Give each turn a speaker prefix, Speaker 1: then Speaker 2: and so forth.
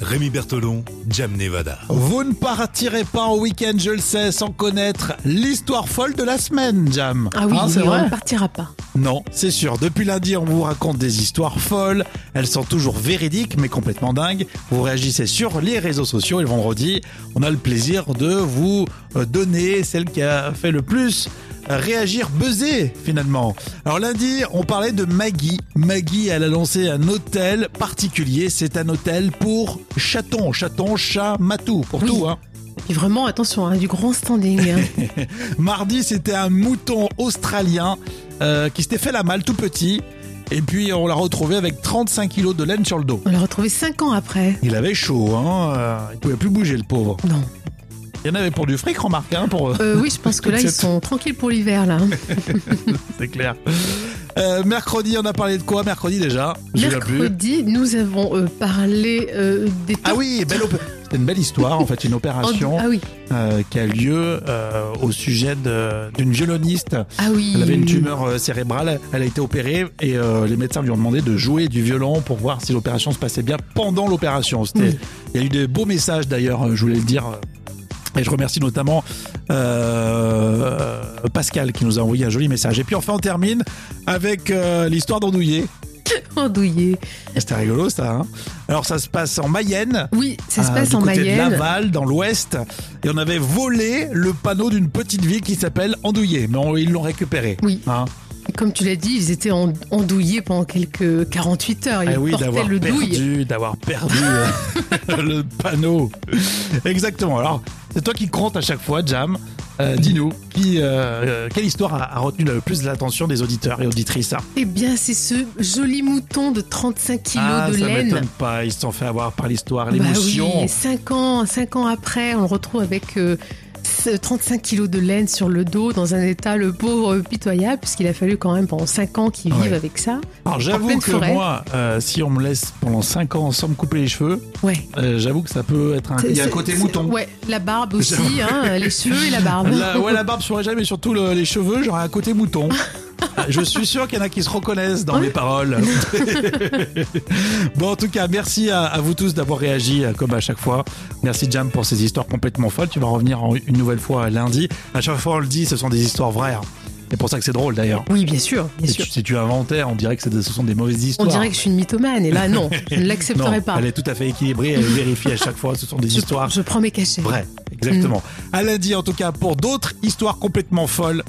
Speaker 1: Rémi Bertolon, Jam Nevada.
Speaker 2: Vous ne partirez pas en week-end, je le sais, sans connaître l'histoire folle de la semaine, Jam.
Speaker 3: Ah oui,
Speaker 2: Hein,
Speaker 3: oui,
Speaker 2: c'est
Speaker 3: on
Speaker 2: vrai.
Speaker 3: ne partira pas.
Speaker 2: Non, c'est sûr. Depuis lundi, on vous raconte des histoires folles. Elles sont toujours véridiques, mais complètement dingues. Vous réagissez sur les réseaux sociaux et le vendredi, on a le plaisir de vous euh, donner celle qui a fait le plus euh, réagir, buzzer finalement. Alors lundi, on parlait de Maggie. Maggie, elle a lancé un hôtel particulier. C'est un hôtel pour chatons, chatons, chats, matou, pour
Speaker 3: Oui.
Speaker 2: tout. Hein.
Speaker 3: Et vraiment, attention, hein, du grand standing. hein.
Speaker 2: Mardi, c'était un mouton australien euh, qui s'était fait la malle tout petit. Et puis, on l'a retrouvé avec 35 kilos de laine sur le dos.
Speaker 3: On l'a retrouvé 5 ans après.
Speaker 2: Il avait chaud, hein. euh, il pouvait plus bouger, le pauvre.
Speaker 3: Non.
Speaker 2: Il y en avait pour du fric, remarque, hein, pour eux.
Speaker 3: Euh, oui, je pense que là, ils sont tranquilles pour l'hiver. là. hein.
Speaker 2: C'est clair. Euh, mercredi, on a parlé de quoi Mercredi déjà Je l'ai plus.
Speaker 3: Mercredi, nous avons euh, parlé euh, des
Speaker 2: Ah
Speaker 3: tor-
Speaker 2: oui, belle opé- C'était une belle histoire, en fait, une
Speaker 3: en-
Speaker 2: opération
Speaker 3: Ah oui,
Speaker 2: euh, qui a lieu euh, au sujet de- d'une violoniste
Speaker 3: ah oui.
Speaker 2: Elle avait une tumeur euh, cérébrale, elle a été opérée et euh, les médecins lui ont demandé de jouer du violon pour voir si l'opération se passait bien pendant l'opération. C'était-
Speaker 3: Oui.
Speaker 2: Il y a eu des beaux messages d'ailleurs, euh, je voulais le dire. Et je remercie notamment euh, Pascal qui nous a envoyé un joli message. Et puis enfin on termine avec euh, l'histoire d'Andouillé.
Speaker 3: Andouillé.
Speaker 2: C'était rigolo ça. hein Alors ça se passe en Mayenne.
Speaker 3: Oui, ça se
Speaker 2: euh,
Speaker 3: passe
Speaker 2: du
Speaker 3: en
Speaker 2: côté
Speaker 3: Mayenne.
Speaker 2: De Laval, dans l'ouest. Et on avait volé le panneau d'une petite ville qui s'appelle Andouillé. Mais on- ils l'ont récupéré.
Speaker 3: Oui.
Speaker 2: Hein
Speaker 3: Comme tu l'as dit, ils étaient en- andouillés pendant quelques 48 heures. Ils
Speaker 2: Ah oui,
Speaker 3: portaient
Speaker 2: d'avoir
Speaker 3: le douille.
Speaker 2: perdu, d'avoir perdu euh, le panneau. Exactement. Alors, c'est toi qui compte à chaque fois, Jam. Euh, Dis-nous, qui, euh, euh, quelle histoire a, a retenu le plus l'attention des auditeurs et auditrices hein
Speaker 3: Eh bien, c'est ce joli mouton de 35 kilos
Speaker 2: Ah,
Speaker 3: de
Speaker 2: ça
Speaker 3: laine.
Speaker 2: m'étonne pas. Ils se sont fait avoir par l'histoire,
Speaker 3: Bah
Speaker 2: l'émotion.
Speaker 3: oui, 5 ans, cinq ans après, on le retrouve avec euh, ce 35 kilos de laine sur le dos, dans un état le pauvre euh, pitoyable, puisqu'il a fallu quand même pendant 5 ans qu'il
Speaker 2: Ouais.
Speaker 3: vive avec ça.
Speaker 2: Alors, j'avoue
Speaker 3: pleine
Speaker 2: que
Speaker 3: forêt.
Speaker 2: moi, euh, si on me laisse pendant 5 ans sans me couper les cheveux,
Speaker 3: Ouais.
Speaker 2: euh, j'avoue que ça peut être un.
Speaker 3: C'est-
Speaker 2: Ah, Il y a un
Speaker 3: c'est-
Speaker 2: côté
Speaker 3: c'est-
Speaker 2: mouton.
Speaker 3: Ouais, la barbe aussi, hein, les cheveux et la barbe.
Speaker 2: La, ouais, la barbe sur la jambe et surtout le- les cheveux, genre un côté mouton. Je suis sûr qu'il y en a qui se reconnaissent dans mes paroles. bon, en tout cas, merci à, à vous tous d'avoir réagi euh, comme à chaque fois. Merci Jam pour ces histoires complètement folles. Tu vas revenir en- une nouvelle fois lundi. À chaque fois, on le dit, ce sont des histoires vraies. hein. C'est pour ça que c'est drôle d'ailleurs.
Speaker 3: Oui, bien sûr, bien
Speaker 2: Si
Speaker 3: sûr.
Speaker 2: tu, si tu inventais, on dirait que c'est des- ce sont des mauvaises
Speaker 3: On
Speaker 2: histoires.
Speaker 3: dirait que je suis une mythomane, et là, non, je ne
Speaker 2: non,
Speaker 3: l'accepterai pas.
Speaker 2: Elle est tout à fait équilibrée, elle vérifie à chaque fois. Ce sont des
Speaker 3: Je, Mm.
Speaker 2: histoires
Speaker 3: je prends mes cachets.
Speaker 2: vraies. Exactement. À lundi, en tout cas, pour d'autres histoires complètement folles.